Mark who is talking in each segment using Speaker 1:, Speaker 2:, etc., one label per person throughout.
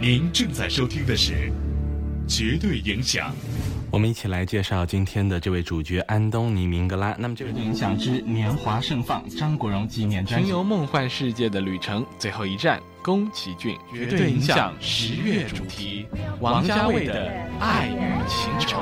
Speaker 1: 您正在收听的是《绝对影响》。
Speaker 2: 我们一起来介绍今天的这位主角安东尼·明格拉。那么，这位
Speaker 3: 影响之年华盛放张国荣纪念专
Speaker 4: 神
Speaker 3: 辑。
Speaker 4: 游梦幻世界的旅程，最后一站宫崎骏，绝对影响十月主题，王家卫的《爱与情仇》。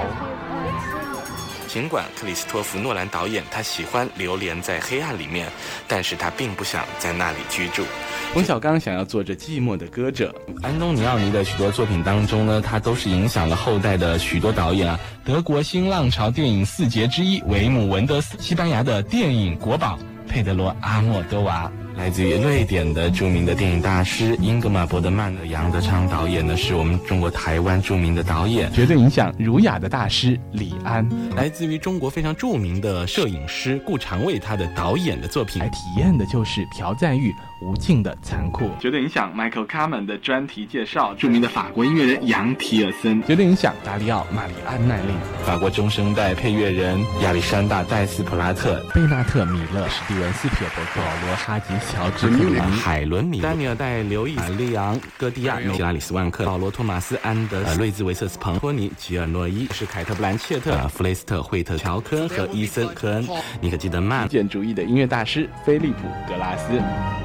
Speaker 2: 尽管克里斯托弗·诺兰导演他喜欢流连在黑暗里面，但是他并不想在那里居住。冯小刚想要做着寂寞的歌者。安东尼奥尼的许多作品当中呢，他都是影响了后代的许多导演啊。
Speaker 3: 德国新浪潮电影四杰之一维姆文德斯，西班牙的电影国宝佩德罗·阿莫多瓦。
Speaker 2: 来自于瑞典的著名的电影大师英格玛·伯德曼的杨德昌导演呢，是我们中国台湾著名的导演，
Speaker 3: 绝对影响儒雅的大师李安，
Speaker 2: 来自于中国非常著名的摄影师顾长卫他的导演的作品
Speaker 3: 来。体验的就是朴赞玉《无尽的残酷》，
Speaker 4: 绝对影响 Michael Kamen 的专题介绍，
Speaker 3: 著名的法国音乐人杨提尔森，绝对影响达里奥·马里安奈利、
Speaker 2: 法国中生代配乐人亚历山大·戴斯普拉特、
Speaker 3: 贝纳特·米勒、史蒂文斯·撇伯克、保罗·哈吉、乔治·克鲁尼、
Speaker 2: 海伦米、丹尼尔戴、刘易、利昂、戈蒂亚、米拉里斯万克、保罗·托马斯、安德、
Speaker 3: 呃
Speaker 2: 瑞兹·维瑟斯彭、托尼·吉尔诺伊、是凯特·布兰切特、弗雷斯特、惠特、乔科和伊森·科恩、尼可基德曼。
Speaker 4: 建筑艺的音乐大师菲利普·格拉斯。